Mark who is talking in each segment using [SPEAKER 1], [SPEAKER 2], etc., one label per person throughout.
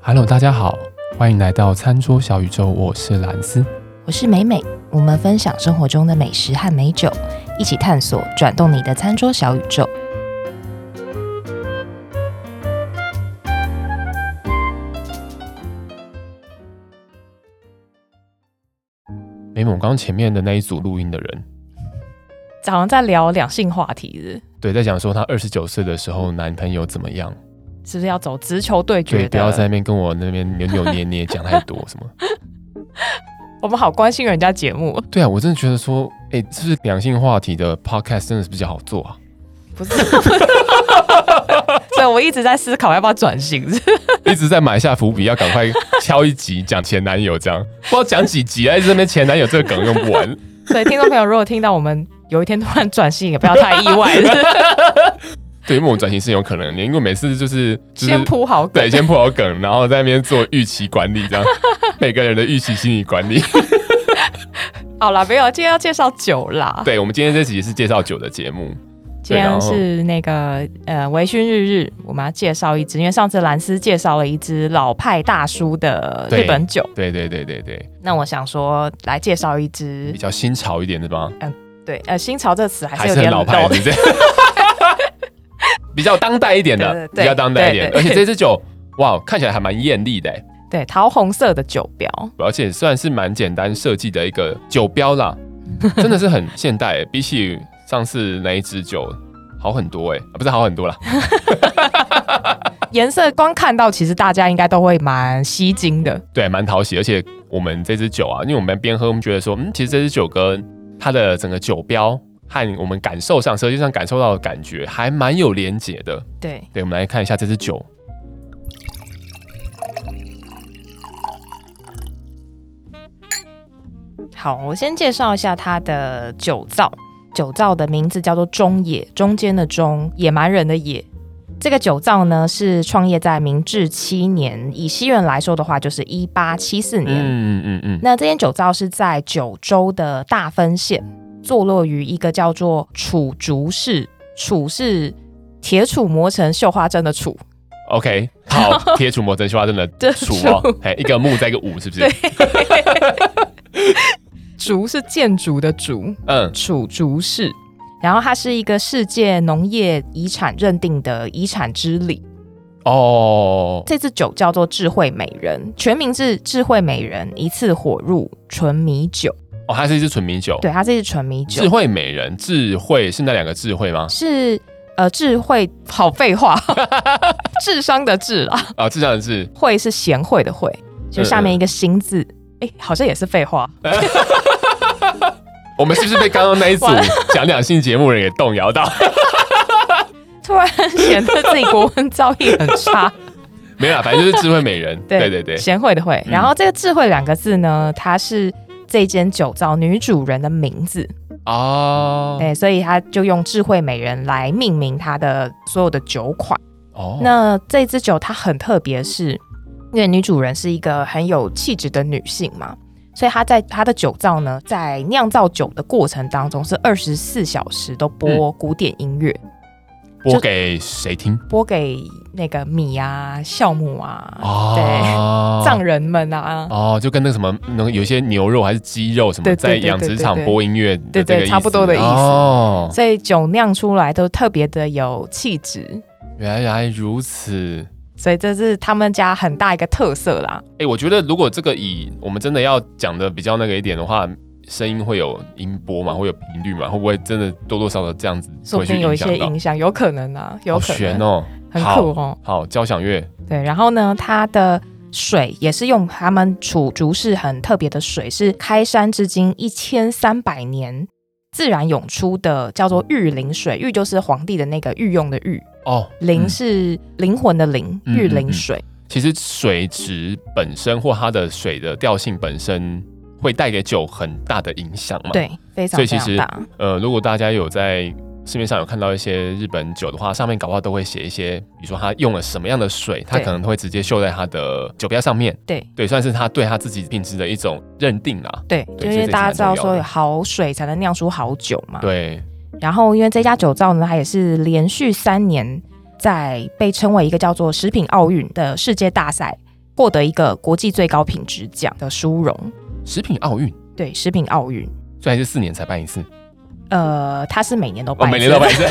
[SPEAKER 1] Hello，大家好，欢迎来到餐桌小宇宙，我是蓝斯。
[SPEAKER 2] 我是美美，我们分享生活中的美食和美酒，一起探索转动你的餐桌小宇宙。
[SPEAKER 1] 美美，我刚刚前面的那一组录音的人，
[SPEAKER 3] 好像在聊两性话题是
[SPEAKER 1] 对，在讲说她二十九岁的时候男朋友怎么样，
[SPEAKER 3] 不是是不是要走直球对
[SPEAKER 1] 所以
[SPEAKER 3] 决
[SPEAKER 1] 不要
[SPEAKER 3] 的？
[SPEAKER 1] 在那边跟我那边扭扭捏捏讲太多 什么。
[SPEAKER 3] 我们好关心人家节目，
[SPEAKER 1] 对啊，我真的觉得说，哎、是不是两性话题的 podcast 真的是比较好做啊？
[SPEAKER 3] 不是？所以我一直在思考要不要转型，是
[SPEAKER 1] 一直在埋下伏笔，要赶快敲一集讲前男友这样，不知道讲几集啊，一直在那边前男友这个梗用不完。
[SPEAKER 3] 所以听众朋友如果听到我们有一天突然转型，也不要太意 外，是
[SPEAKER 1] 对，因为我转型是有可能的，因为每次就是就是
[SPEAKER 3] 先铺好梗
[SPEAKER 1] 对，。先铺好梗，然后在那边做预期管理，这样每个人的预期心理管理。
[SPEAKER 3] 好啦，没有，今天要介绍酒啦。
[SPEAKER 1] 对，我们今天这集是介绍酒的节目，
[SPEAKER 3] 今
[SPEAKER 1] 对然
[SPEAKER 3] 天
[SPEAKER 1] 后
[SPEAKER 3] 是那个呃微醺日日，我们要介绍一支，因为上次兰斯介绍了一支老派大叔的
[SPEAKER 1] 对
[SPEAKER 3] 日本酒，
[SPEAKER 1] 对对对对对，
[SPEAKER 3] 那我想说来介绍一支
[SPEAKER 1] 比，较新潮一点的吧，
[SPEAKER 3] 对，呃，新潮这个词还
[SPEAKER 1] 还
[SPEAKER 3] 是
[SPEAKER 1] 是很
[SPEAKER 3] 有点
[SPEAKER 1] 老派，对不对？ 比较当代一点的
[SPEAKER 3] 对对，对
[SPEAKER 1] 比较当代一点，
[SPEAKER 3] 对
[SPEAKER 1] 而
[SPEAKER 3] 对对
[SPEAKER 1] 且这支酒哇，看起来还蛮艳丽的，
[SPEAKER 3] 对，桃红色的酒标，
[SPEAKER 1] 而且算是蛮简单设计的一个酒标啦，真的是很现代，欸比起上次那一支酒好很多哎，啊不是好很多啦，
[SPEAKER 3] 颜色光看到其实大家应该都会蛮吸睛的，
[SPEAKER 1] 对，蛮讨喜。而且我们这支酒啊，因为我们边喝，我们觉得说，嗯，其实这支酒跟它的整个酒标和我们感受上，实际上感受到的感觉还蛮有连结的。
[SPEAKER 3] 对，
[SPEAKER 1] 对，我们来看一下这支酒。
[SPEAKER 3] 好，我先介绍一下它的酒造。酒造的名字叫做中野，中间的中，野蛮人的野。这个酒造呢是创业在明治七年，以西元来说的话，就是一八七四年。
[SPEAKER 1] 嗯嗯嗯嗯，
[SPEAKER 3] 那这间酒造是在九州的大分县，坐落于一个叫做楚竹市，楚是铁杵磨成绣花针的杵，
[SPEAKER 1] OK，好，贴楚魔真绣花真的
[SPEAKER 3] 这
[SPEAKER 1] 楚哦，哎，一个木在一个五，是不是
[SPEAKER 3] 对？竹是建筑的竹，
[SPEAKER 1] 嗯，
[SPEAKER 3] 楚竹市，然后它是一个世界农业遗产认定的遗产之礼。
[SPEAKER 1] 哦，
[SPEAKER 3] 这支酒叫做智慧美人，全名是智慧美人，一次火入纯米酒。
[SPEAKER 1] 哦，它是一支纯米酒，
[SPEAKER 3] 对，它这是纯米
[SPEAKER 1] 智
[SPEAKER 3] 酒，
[SPEAKER 1] 慧美人，智慧是那两个智慧吗？
[SPEAKER 3] 是呃智慧，好废话， 智商的智啦，
[SPEAKER 1] 啊，智障的智，
[SPEAKER 3] 慧是贤惠的慧，就下面一个心字，哎、好像也是废话。
[SPEAKER 1] 我们是不是被刚刚那一组
[SPEAKER 3] 完
[SPEAKER 1] 讲两性节目的人给动摇到？
[SPEAKER 3] 突然显得自己国文造诣很差，
[SPEAKER 1] 没有啦，反正就是智慧美人。对对对，
[SPEAKER 3] 贤惠的惠。
[SPEAKER 1] 嗯
[SPEAKER 3] 然后这个智慧两个字呢，它是这间酒造女主人的名字，
[SPEAKER 1] 哦
[SPEAKER 3] 对，所以他就用智慧美人来命名他的所有的酒款。
[SPEAKER 1] 哦，
[SPEAKER 3] 那这支酒它很特别是，因为女主人是一个很有气质的女性嘛，所以她在她的酒造呢，在酿造酒的过程当中是二十四小时都播
[SPEAKER 1] 嗯
[SPEAKER 3] 古典音乐，
[SPEAKER 1] 播给谁听？
[SPEAKER 3] 播给那个米啊、酵母啊、
[SPEAKER 1] 哦，
[SPEAKER 3] 对藏人们啊，
[SPEAKER 1] 哦，就跟那个什么，那个有些牛肉还是鸡肉什么，
[SPEAKER 3] 对对
[SPEAKER 1] 在
[SPEAKER 3] 对
[SPEAKER 1] 养殖
[SPEAKER 3] 对
[SPEAKER 1] 场
[SPEAKER 3] 对对
[SPEAKER 1] 播音乐的
[SPEAKER 3] 对
[SPEAKER 1] 这
[SPEAKER 3] 对
[SPEAKER 1] 个意思
[SPEAKER 3] 差不多的意思
[SPEAKER 1] 哦，
[SPEAKER 3] 所以酒酿出来都特别的有气质，
[SPEAKER 1] 原来如此。
[SPEAKER 3] 所以这是他们家很大一个特色啦。
[SPEAKER 1] 哎，我觉得如果这个以我们真的要讲的比较那个一点的话。声音会有音波嘛，会有频率嘛，会不会真的多多少少这样子
[SPEAKER 3] 说
[SPEAKER 1] 会
[SPEAKER 3] 不
[SPEAKER 1] 去
[SPEAKER 3] 定有
[SPEAKER 1] 影
[SPEAKER 3] 一些
[SPEAKER 1] 响到？
[SPEAKER 3] 影响，有可能啊，有
[SPEAKER 1] 好
[SPEAKER 3] 可
[SPEAKER 1] 悬
[SPEAKER 3] 能，
[SPEAKER 1] 哦，
[SPEAKER 3] 很
[SPEAKER 1] 好
[SPEAKER 3] 酷哦。
[SPEAKER 1] 好交响乐
[SPEAKER 3] 对，然后呢，它的水也是用他们楚竹市很特别的水，是开山至今一千三百年自然涌出的，叫做玉灵水。玉就是皇帝的那个御用的玉，
[SPEAKER 1] 哦，
[SPEAKER 3] 灵
[SPEAKER 1] 嗯
[SPEAKER 3] 是灵魂的灵，
[SPEAKER 1] 嗯
[SPEAKER 3] 玉
[SPEAKER 1] 嗯嗯
[SPEAKER 3] 灵水。
[SPEAKER 1] 其实水质本身或它的水的调性本身会带给酒很大的影响嘛。，
[SPEAKER 3] 对，非
[SPEAKER 1] 嗯
[SPEAKER 3] 常
[SPEAKER 1] 所以
[SPEAKER 3] 非
[SPEAKER 1] 其
[SPEAKER 3] 常
[SPEAKER 1] 实
[SPEAKER 3] 大。
[SPEAKER 1] 呃，如果大家有在市面上有看到一些日本酒的话，上面搞不好都会写一些，比如说它用了什么样的水，它
[SPEAKER 3] 对
[SPEAKER 1] 可能会直接绣在它的酒标上面。
[SPEAKER 3] 对
[SPEAKER 1] 对，算是他对他自己品质的一种认定啦。
[SPEAKER 3] 对，
[SPEAKER 1] 对
[SPEAKER 3] 就
[SPEAKER 1] 所
[SPEAKER 3] 因
[SPEAKER 1] 以
[SPEAKER 3] 为
[SPEAKER 1] 这
[SPEAKER 3] 大
[SPEAKER 1] 是
[SPEAKER 3] 家
[SPEAKER 1] 蛮重
[SPEAKER 3] 知道
[SPEAKER 1] 要
[SPEAKER 3] 说
[SPEAKER 1] 的
[SPEAKER 3] 有好水才能酿出好酒嘛。
[SPEAKER 1] 对，
[SPEAKER 3] 然后，因为这家酒造呢，它也是连续三年在被称为一个叫做“食品奥运”的世界大赛获得一个国际最高品质奖的殊荣，
[SPEAKER 1] 食品奥运，
[SPEAKER 3] 对，食品奥运。
[SPEAKER 1] 虽然是四年才办一次，
[SPEAKER 3] 呃，它是每年都
[SPEAKER 1] 哦，
[SPEAKER 3] 办，
[SPEAKER 1] 每年 都办一，次，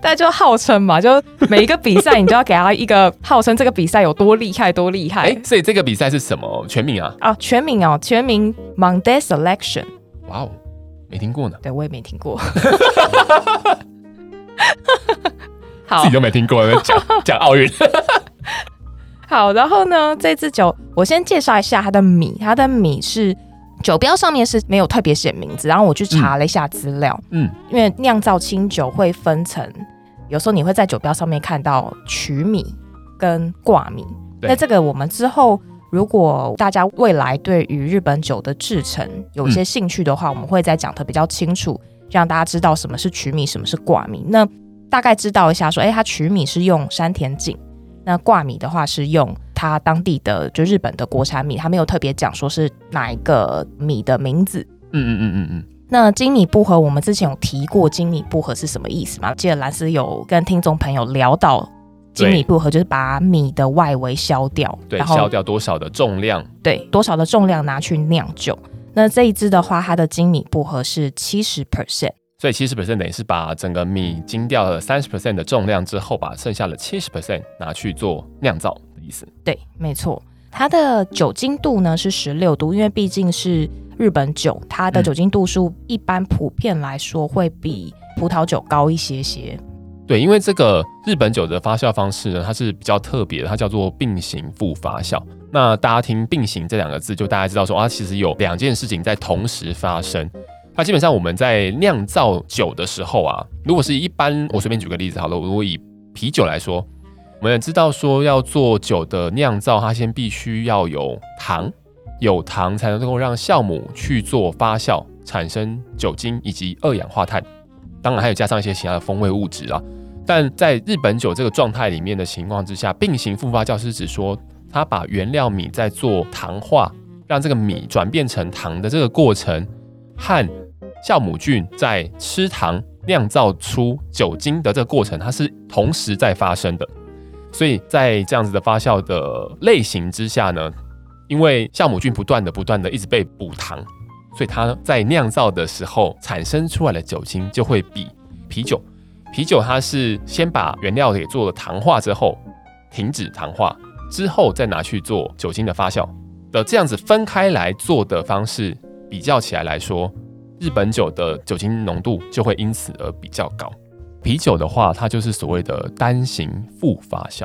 [SPEAKER 3] 但就号称嘛，就每一个比赛你就要给他一个号称这个比赛有多厉害，多厉害。
[SPEAKER 1] 哎，所以这个比赛是什么全名啊？
[SPEAKER 3] 啊，全名哦，全名 Monday Selection，
[SPEAKER 1] 哇哦，没听过呢，
[SPEAKER 3] 对我也没听 过。 好
[SPEAKER 1] 自己，都没听过，讲讲奥运，
[SPEAKER 3] 好，然后呢，这支酒我先介绍一下它的米，它的米是酒标上面是没有特别写名字，然后我去查了一下资料，
[SPEAKER 1] 嗯，
[SPEAKER 3] 因为酿造清酒会分成，有时候你会在酒标上面看到曲米跟挂米，
[SPEAKER 1] 对
[SPEAKER 3] 那这个我们之后。如果大家未来对于日本酒的制成有一些兴趣的话，我们会再讲的比较清楚，让大家知道什么是曲米，什么是挂米。那大概知道一下说，哎，它曲米是用山田锦，那挂米的话是用它当地的就日本的国产米，它没有特别讲说是哪一个米的名字。
[SPEAKER 1] 嗯嗯嗯嗯嗯，
[SPEAKER 3] 那精米不合，我们之前有提过精米不合是什么意思吗？记得蓝斯有跟听众朋友聊到精米不合，就是把米的外围削掉，
[SPEAKER 1] 对，
[SPEAKER 3] 然
[SPEAKER 1] 消
[SPEAKER 3] 后
[SPEAKER 1] 掉多少的重量？
[SPEAKER 3] 对多少的重量拿去酿酒。那这一支的话，它的精米不合是七十 percent，
[SPEAKER 1] 所以七十 percent 等于是把整个米精掉了三十 percent 的重量之后，把剩下的七十 percent 拿去做酿造的意思。
[SPEAKER 3] 对，没错。它的酒精度呢是十六度，因为毕竟是日本酒，它的
[SPEAKER 1] 嗯
[SPEAKER 3] 酒精度数一般普遍来说会比葡萄酒高一些些。
[SPEAKER 1] 对，因为这个日本酒的发酵方式呢，它是比较特别的，它叫做并行复发酵。那大家听“并行”这两个字，就大家知道说啊，其实有两件事情在同时发生。那基本上我们在酿造酒的时候啊，如果是一般，我随便举个例子好了，如果以啤酒来说，我们也知道说要做酒的酿造，它先必须要有糖，有糖才能够让酵母去做发酵，产生酒精以及二氧化碳。当然还有加上一些其他的风味物质啊啦。但在日本酒这个状态里面的情况之下，并行复发酵是指说，它把原料米在做糖化，让这个米转变成糖的这个过程，和酵母菌在吃糖酿造出酒精的这个过程，它是同时在发生的。所以在这样子的发酵的类型之下呢，因为酵母菌不断的不断的一直被补糖，所以它在酿造的时候产生出来的酒精就会比啤酒。啤酒它是先把原料给做了糖化之后，停止糖化之后再拿去做酒精的发酵的这样子分开来做的方式，比较起来来说，日本酒的酒精浓度就会因此而比较高。啤酒的话，它就是所谓的单行复发酵。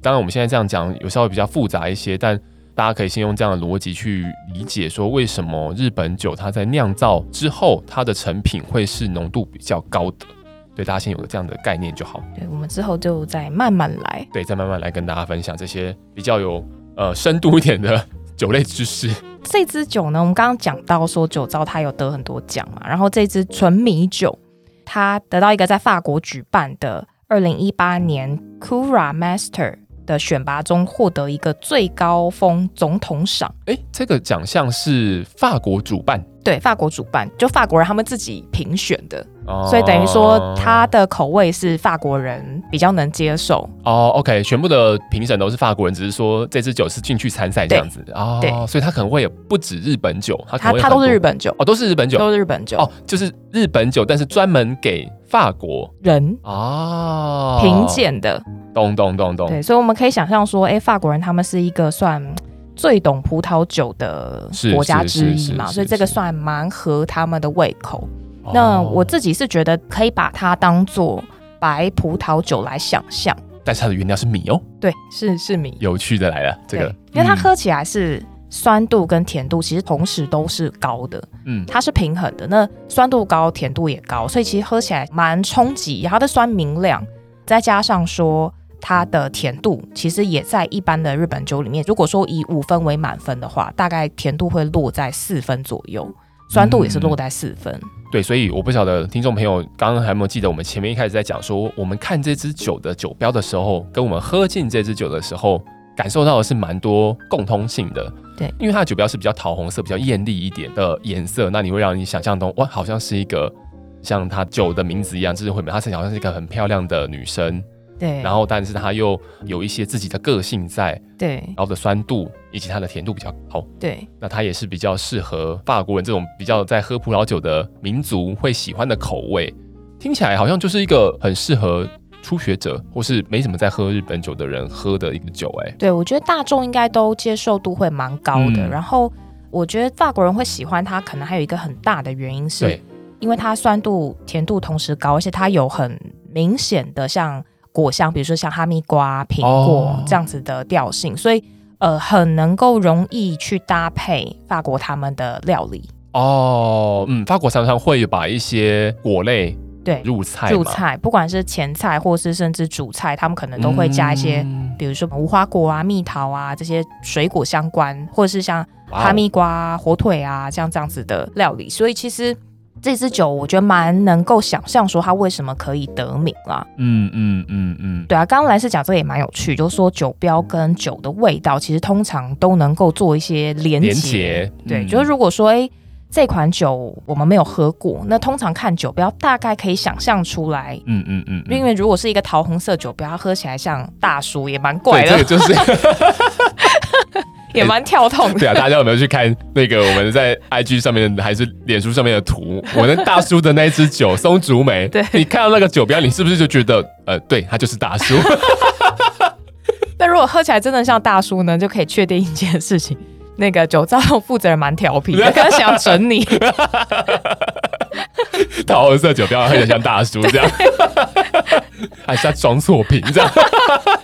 [SPEAKER 1] 当然，我们现在这样讲有稍微比较复杂一些，但大家可以先用这样的逻辑去理解，说为什么日本酒它在酿造之后，它的成品会是浓度比较高的。对，大家先有个这样的概念就好。
[SPEAKER 3] 对，我们之后就再慢慢来。
[SPEAKER 1] 对，再慢慢来跟大家分享这些比较有呃深度一点的酒类知识。
[SPEAKER 3] 这支酒呢，我们刚刚讲到说酒糟它有得很多奖嘛，然后这支纯米酒，它得到一个在法国举办的二零一八年 Cura Master 的选拔中获得一个最高峰总统赏。
[SPEAKER 1] 诶，这个奖项是法国主办，
[SPEAKER 3] 对，法国主办，就法国人他们自己评选的，
[SPEAKER 1] 哦
[SPEAKER 3] 所以等于说它的口味是法国人比较能接受。
[SPEAKER 1] 哦，OK，全部的评审都是法国人，只是说这支酒是进去参赛这样子哦
[SPEAKER 3] 对，
[SPEAKER 1] 所以它可能会有不止日本酒，它可
[SPEAKER 3] 它
[SPEAKER 1] 能会
[SPEAKER 3] 它
[SPEAKER 1] 很
[SPEAKER 3] 都是
[SPEAKER 1] 多
[SPEAKER 3] 日本酒，
[SPEAKER 1] 哦，都是日本酒
[SPEAKER 3] 都是日本酒，
[SPEAKER 1] 哦，就是日本酒，但是专门给法国
[SPEAKER 3] 人
[SPEAKER 1] 哦
[SPEAKER 3] 评，鉴的。
[SPEAKER 1] 懂懂懂懂，
[SPEAKER 3] 对，所以我们可以想象说，哎，法国人他们是一个算嗯最懂葡萄酒的
[SPEAKER 1] 是
[SPEAKER 3] 国家
[SPEAKER 1] 是
[SPEAKER 3] 之
[SPEAKER 1] 是
[SPEAKER 3] 一
[SPEAKER 1] 是
[SPEAKER 3] 嘛，
[SPEAKER 1] 是
[SPEAKER 3] 所以这个
[SPEAKER 1] 是
[SPEAKER 3] 算蛮合他们的胃口。
[SPEAKER 1] 哦
[SPEAKER 3] 那我自己是觉得可以把它当做白葡萄酒来想象，
[SPEAKER 1] 但是它的原料是米哦，
[SPEAKER 3] 对，是是米，
[SPEAKER 1] 有趣的来了，这个
[SPEAKER 3] 对，因为它
[SPEAKER 1] 嗯
[SPEAKER 3] 喝起来是。酸度跟甜度其实同时都是高的，
[SPEAKER 1] 嗯
[SPEAKER 3] 它是平衡的。那酸度高，甜度也高，所以其实喝起来蛮冲击。它的酸明亮，再加上说它的甜度，其实也在一般的日本酒里面，如果说以五分为满分的话，大概甜度会落在四分左右，酸度也是
[SPEAKER 1] 嗯
[SPEAKER 3] 落在四分。
[SPEAKER 1] 对，所以我不晓得听众朋友刚刚还有没有记得，我们前面一开始在讲说，我们看这支酒的酒标的时候，跟我们喝进这支酒的时候，感受到的是蛮多共通性的。
[SPEAKER 3] 对，
[SPEAKER 1] 因为它的酒标是比较桃红色、比较艳丽一点的颜色，那你会让你想象中，哇，好像是一个像它酒的名字一样，就是会它是好像是一个很漂亮的女生，
[SPEAKER 3] 对，
[SPEAKER 1] 然后但是它又有一些自己的个性在，
[SPEAKER 3] 对
[SPEAKER 1] 然后的酸度以及它的甜度比较高，
[SPEAKER 3] 对
[SPEAKER 1] 那它也是比较适合法国人这种比较在喝葡萄酒的民族会喜欢的口味。听起来好像就是一个很适合初学者或是没怎么在喝日本酒的人喝的一个酒、哎，
[SPEAKER 3] 对，我觉得大众应该都接受度会蛮高的。
[SPEAKER 1] 嗯
[SPEAKER 3] 然后我觉得法国人会喜欢它，可能还有一个很大的原因是
[SPEAKER 1] 对，
[SPEAKER 3] 因为它酸度、甜度同时高，而且它有很明显的像果香，比如说像哈密瓜、苹果
[SPEAKER 1] 哦
[SPEAKER 3] 这样子的调性，所以呃很能够容易去搭配法国他们的料理。
[SPEAKER 1] 哦，嗯，法国常常会把一些果类
[SPEAKER 3] 对，
[SPEAKER 1] 入菜嘛，
[SPEAKER 3] 入菜不管是前菜或是甚至主菜，他们可能都会加一些。
[SPEAKER 1] 嗯
[SPEAKER 3] 比如说无花果啊、蜜桃啊这些水果相关，或者是像
[SPEAKER 1] 哇哦
[SPEAKER 3] 哈密瓜、啊、火腿啊像这样子的料理。所以其实这支酒，我觉得蛮能够想象说它为什么可以得名啊。
[SPEAKER 1] 嗯嗯嗯嗯，
[SPEAKER 3] 对啊，刚刚来是讲这个也蛮有趣，就是说酒标跟酒的味道，其实通常都能够做一些连结。
[SPEAKER 1] 连结
[SPEAKER 3] 对，
[SPEAKER 1] 嗯
[SPEAKER 3] 就是如果说哎。诶这款酒我们没有喝过，那通常看酒标大概可以想象出来，
[SPEAKER 1] 嗯嗯嗯，嗯
[SPEAKER 3] 因为如果是一个桃红色酒标，它喝起来像大叔也蛮怪
[SPEAKER 1] 对，这
[SPEAKER 3] 的
[SPEAKER 1] 个，就是
[SPEAKER 3] 也蛮跳痛的。
[SPEAKER 1] 对啊，大家有没有去看那个我们在 IG 上面的还是脸书上面的图？我们大叔的那支酒松竹梅，
[SPEAKER 3] 对
[SPEAKER 1] 你看到那个酒标，你是不是就觉得呃，对，他就是大 叔？
[SPEAKER 3] 那如果喝起来真的像大叔呢，就可以确定一件事情：那个酒造负责人蛮调皮 的，他想整你。
[SPEAKER 1] 桃红色酒标，喝起来像大叔这样， 还是他装错瓶这样？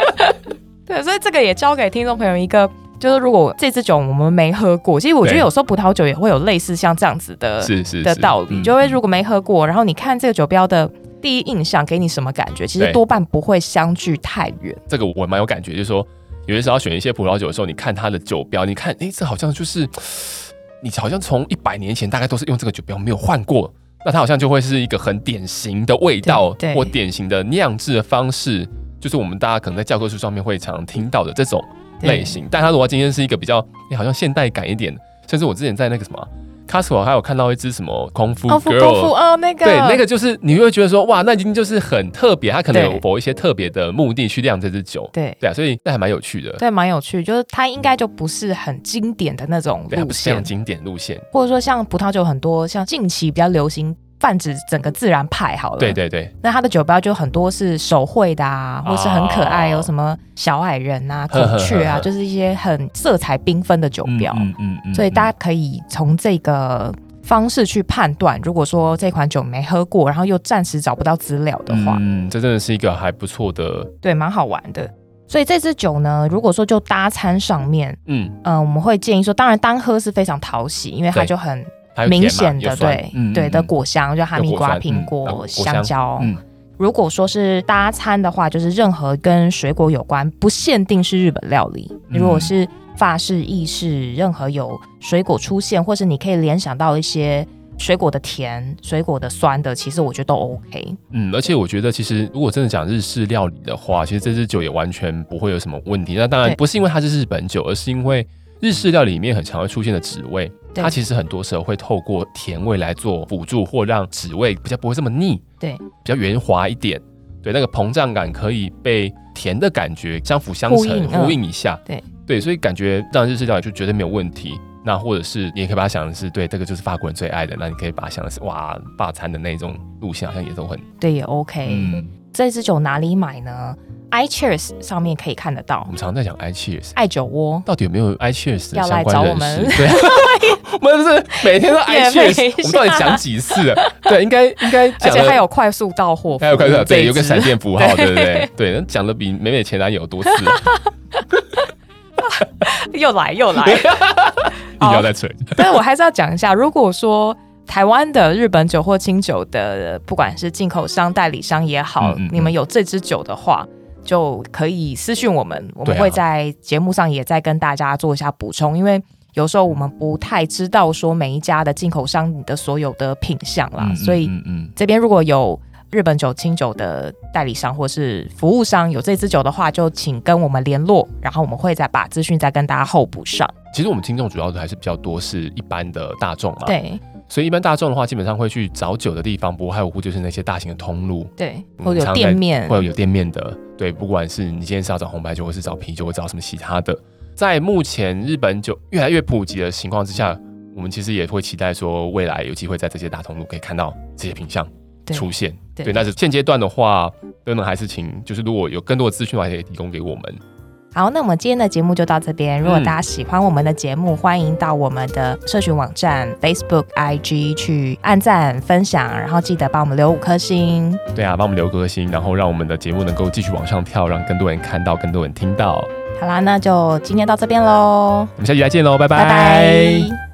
[SPEAKER 3] 对，所以这个也教给听众朋友一个，就是如果这支酒我们没喝过，其实我觉得
[SPEAKER 1] 对
[SPEAKER 3] 有时候葡萄酒也会有类似像这样子的
[SPEAKER 1] 是是
[SPEAKER 3] 的
[SPEAKER 1] 是
[SPEAKER 3] 道理，
[SPEAKER 1] 嗯
[SPEAKER 3] 就会如果没喝过，然后你看这个酒标的第一印象给你什么感觉，其实
[SPEAKER 1] 对
[SPEAKER 3] 多半不会相距太远。
[SPEAKER 1] 这个我蛮有感觉，就是说有些时候要选一些葡萄酒的时候，你看它的酒标，你看，诶，这好像就是你好像从一百年前大概都是用这个酒标，没有换过。那它好像就会是一个很典型的味道
[SPEAKER 3] 对对
[SPEAKER 1] 或典型的酿制的方式，就是我们大家可能在教科书上面会常听到的这种
[SPEAKER 3] 对
[SPEAKER 1] 类型。但它如果今天是一个比较、诶好像现代感一点，甚至我之前在那个什么 Costco 还有看到一只什么空腹
[SPEAKER 3] 哦，不
[SPEAKER 1] girl，
[SPEAKER 3] 不不哦，那个
[SPEAKER 1] 对，那个就是你会觉得说，哇，那已经就是很特别，它可能
[SPEAKER 3] 对
[SPEAKER 1] 有某一些特别的目的去酿这支酒，
[SPEAKER 3] 对
[SPEAKER 1] 对啊，所以那还蛮有趣的，
[SPEAKER 3] 对，蛮有趣，就是它应该就不是很经典的那种
[SPEAKER 1] 对，它
[SPEAKER 3] 路
[SPEAKER 1] 不是非
[SPEAKER 3] 线
[SPEAKER 1] 常，经典路线，
[SPEAKER 3] 或者说像葡萄酒很多，像近期比较流行泛指整个自然派好了。
[SPEAKER 1] 对。对对，
[SPEAKER 3] 那它的酒标就很多是手绘的啊，或是很可爱，
[SPEAKER 1] 哦
[SPEAKER 3] 有什么小矮人啊、
[SPEAKER 1] 呵呵呵
[SPEAKER 3] 孔雀啊，
[SPEAKER 1] 呵
[SPEAKER 3] 就是一些很色彩缤纷的酒标。
[SPEAKER 1] 嗯嗯
[SPEAKER 3] 所以大
[SPEAKER 1] 家
[SPEAKER 3] 家可以从这个方式去判断，如果说这款酒没喝过，然后又暂时找不到资料的话，
[SPEAKER 1] 嗯，这真的是一个还不错的，
[SPEAKER 3] 对，蛮好玩的。所以这支酒呢，如果说就搭餐上面，
[SPEAKER 1] 嗯，
[SPEAKER 3] 嗯、我们会建议说，当然单喝是非常讨喜，因为它
[SPEAKER 1] 对
[SPEAKER 3] 就很
[SPEAKER 1] 还有甜嘛
[SPEAKER 3] 明显
[SPEAKER 1] 有
[SPEAKER 3] 的
[SPEAKER 1] 酸
[SPEAKER 3] 对、
[SPEAKER 1] 嗯
[SPEAKER 3] 对
[SPEAKER 1] 嗯
[SPEAKER 3] 的
[SPEAKER 1] 嗯
[SPEAKER 3] 果香，就哈密
[SPEAKER 1] 有
[SPEAKER 3] 瓜、
[SPEAKER 1] 果酸
[SPEAKER 3] 苹
[SPEAKER 1] 嗯啊
[SPEAKER 3] 果、
[SPEAKER 1] 果香
[SPEAKER 3] 香蕉。
[SPEAKER 1] 嗯
[SPEAKER 3] 如果说是搭餐的话，就是任何跟水果有关，不限定是日本料理。
[SPEAKER 1] 嗯
[SPEAKER 3] 如果是法式、意式，任何有水果出现，或是你可以联想到一些水果的甜、水果的酸的，其实我觉得都 OK。
[SPEAKER 1] 嗯，而且我觉得，其实如果真的讲日式料理的话，其实这支酒也完全不会有什么问题。那当然
[SPEAKER 3] 对
[SPEAKER 1] 不是因为它是日本酒，而是因为日式料理里面很常会出现的脂味，
[SPEAKER 3] 对
[SPEAKER 1] 它其实很多时候会透过甜味来做辅助，或让脂味比较不会这么腻，
[SPEAKER 3] 对
[SPEAKER 1] 比较圆滑一点。对，那个膨胀感可以被甜的感觉相辅相
[SPEAKER 3] 呼
[SPEAKER 1] 成，
[SPEAKER 3] 应
[SPEAKER 1] 呼
[SPEAKER 3] 嗯
[SPEAKER 1] 应一下。
[SPEAKER 3] 对
[SPEAKER 1] 对，所以感觉让日式料理就绝对没有问题。那或者是你也可以把它想的是，对，这个就是法国人最爱的。那你可以把它想的是，哇，法餐的那种路线好像也都很
[SPEAKER 3] 对，也 OK。
[SPEAKER 1] 嗯。
[SPEAKER 3] 这支酒哪里买呢？iCheers 上面可以看得到
[SPEAKER 1] 我，们常在讲 i cheers，
[SPEAKER 3] 爱酒窝。
[SPEAKER 1] 到底有没有 i cheers 的
[SPEAKER 3] 要
[SPEAKER 1] 相
[SPEAKER 3] 来
[SPEAKER 1] 关
[SPEAKER 3] 找我
[SPEAKER 1] 人
[SPEAKER 3] 们
[SPEAKER 1] 士？对， 我们是每天都 i
[SPEAKER 3] 也没
[SPEAKER 1] cheers，我们到底讲几次了？对，应该应该
[SPEAKER 3] 而
[SPEAKER 1] 讲
[SPEAKER 3] 且
[SPEAKER 1] 了
[SPEAKER 3] 还有快速到货服务
[SPEAKER 1] 还
[SPEAKER 3] 这一支，
[SPEAKER 1] 有快乐，对，有个闪电符 号，对不对？对，那讲的比美美前男友多次，
[SPEAKER 3] 又来又来。
[SPEAKER 1] 硬要再吹。
[SPEAKER 3] 但是我还是要讲一下，如果说台湾的日本酒或清酒的，不管是进口商、代理商也好，
[SPEAKER 1] 嗯嗯嗯
[SPEAKER 3] 你们有这支酒的话。就可以私讯我们，我
[SPEAKER 1] 对
[SPEAKER 3] 们
[SPEAKER 1] 啊
[SPEAKER 3] 会在节目上也再跟大家做一下补充，因为有时候我们不太知道说每一家的进口商你的所有的品相啦，
[SPEAKER 1] 嗯
[SPEAKER 3] 所以
[SPEAKER 1] 嗯嗯，
[SPEAKER 3] 这边如果有日本酒清酒的代理商或是服务商有这支酒的话，就请跟我们联络，然后我们会再把资讯再跟大家后补上。
[SPEAKER 1] 其实我们听众主要的还是比较多是一般的大众嘛，
[SPEAKER 3] 对
[SPEAKER 1] 所以一般大众的话，基本上会去找酒的地方，不外乎就是那些大型的通路，
[SPEAKER 4] 对，
[SPEAKER 1] 嗯
[SPEAKER 4] 或者有
[SPEAKER 1] 常
[SPEAKER 4] 店
[SPEAKER 1] 在
[SPEAKER 4] 面
[SPEAKER 3] 哎
[SPEAKER 1] 会，有有店面的，对，不管是你今天是要找红白酒，或是找啤酒，或找什么其他的，在目前日本酒越来越普及的情况之下，我们其实也会期待说，未来有机会在这些大通路可以看到这些品相
[SPEAKER 4] 对
[SPEAKER 1] 出现。
[SPEAKER 4] 对
[SPEAKER 1] 但是现阶段的话，等等还是请，就是如果有更多的资讯的话，也可以提供给我们。
[SPEAKER 3] 好，那我们今天的节目就到这边。
[SPEAKER 1] 嗯
[SPEAKER 3] 如果大家喜欢我们的节目，欢迎到我们的社群网站 Facebook、IG 去按赞、分享，然后记得帮我们留五颗星。
[SPEAKER 1] 对啊，帮我们留个心，然后让我们的节目能够继续往上跳，让更多人看到，更多人听到。
[SPEAKER 3] 好啦，那就今天到这边喽，
[SPEAKER 1] 我们下期再见喽，拜
[SPEAKER 3] 拜拜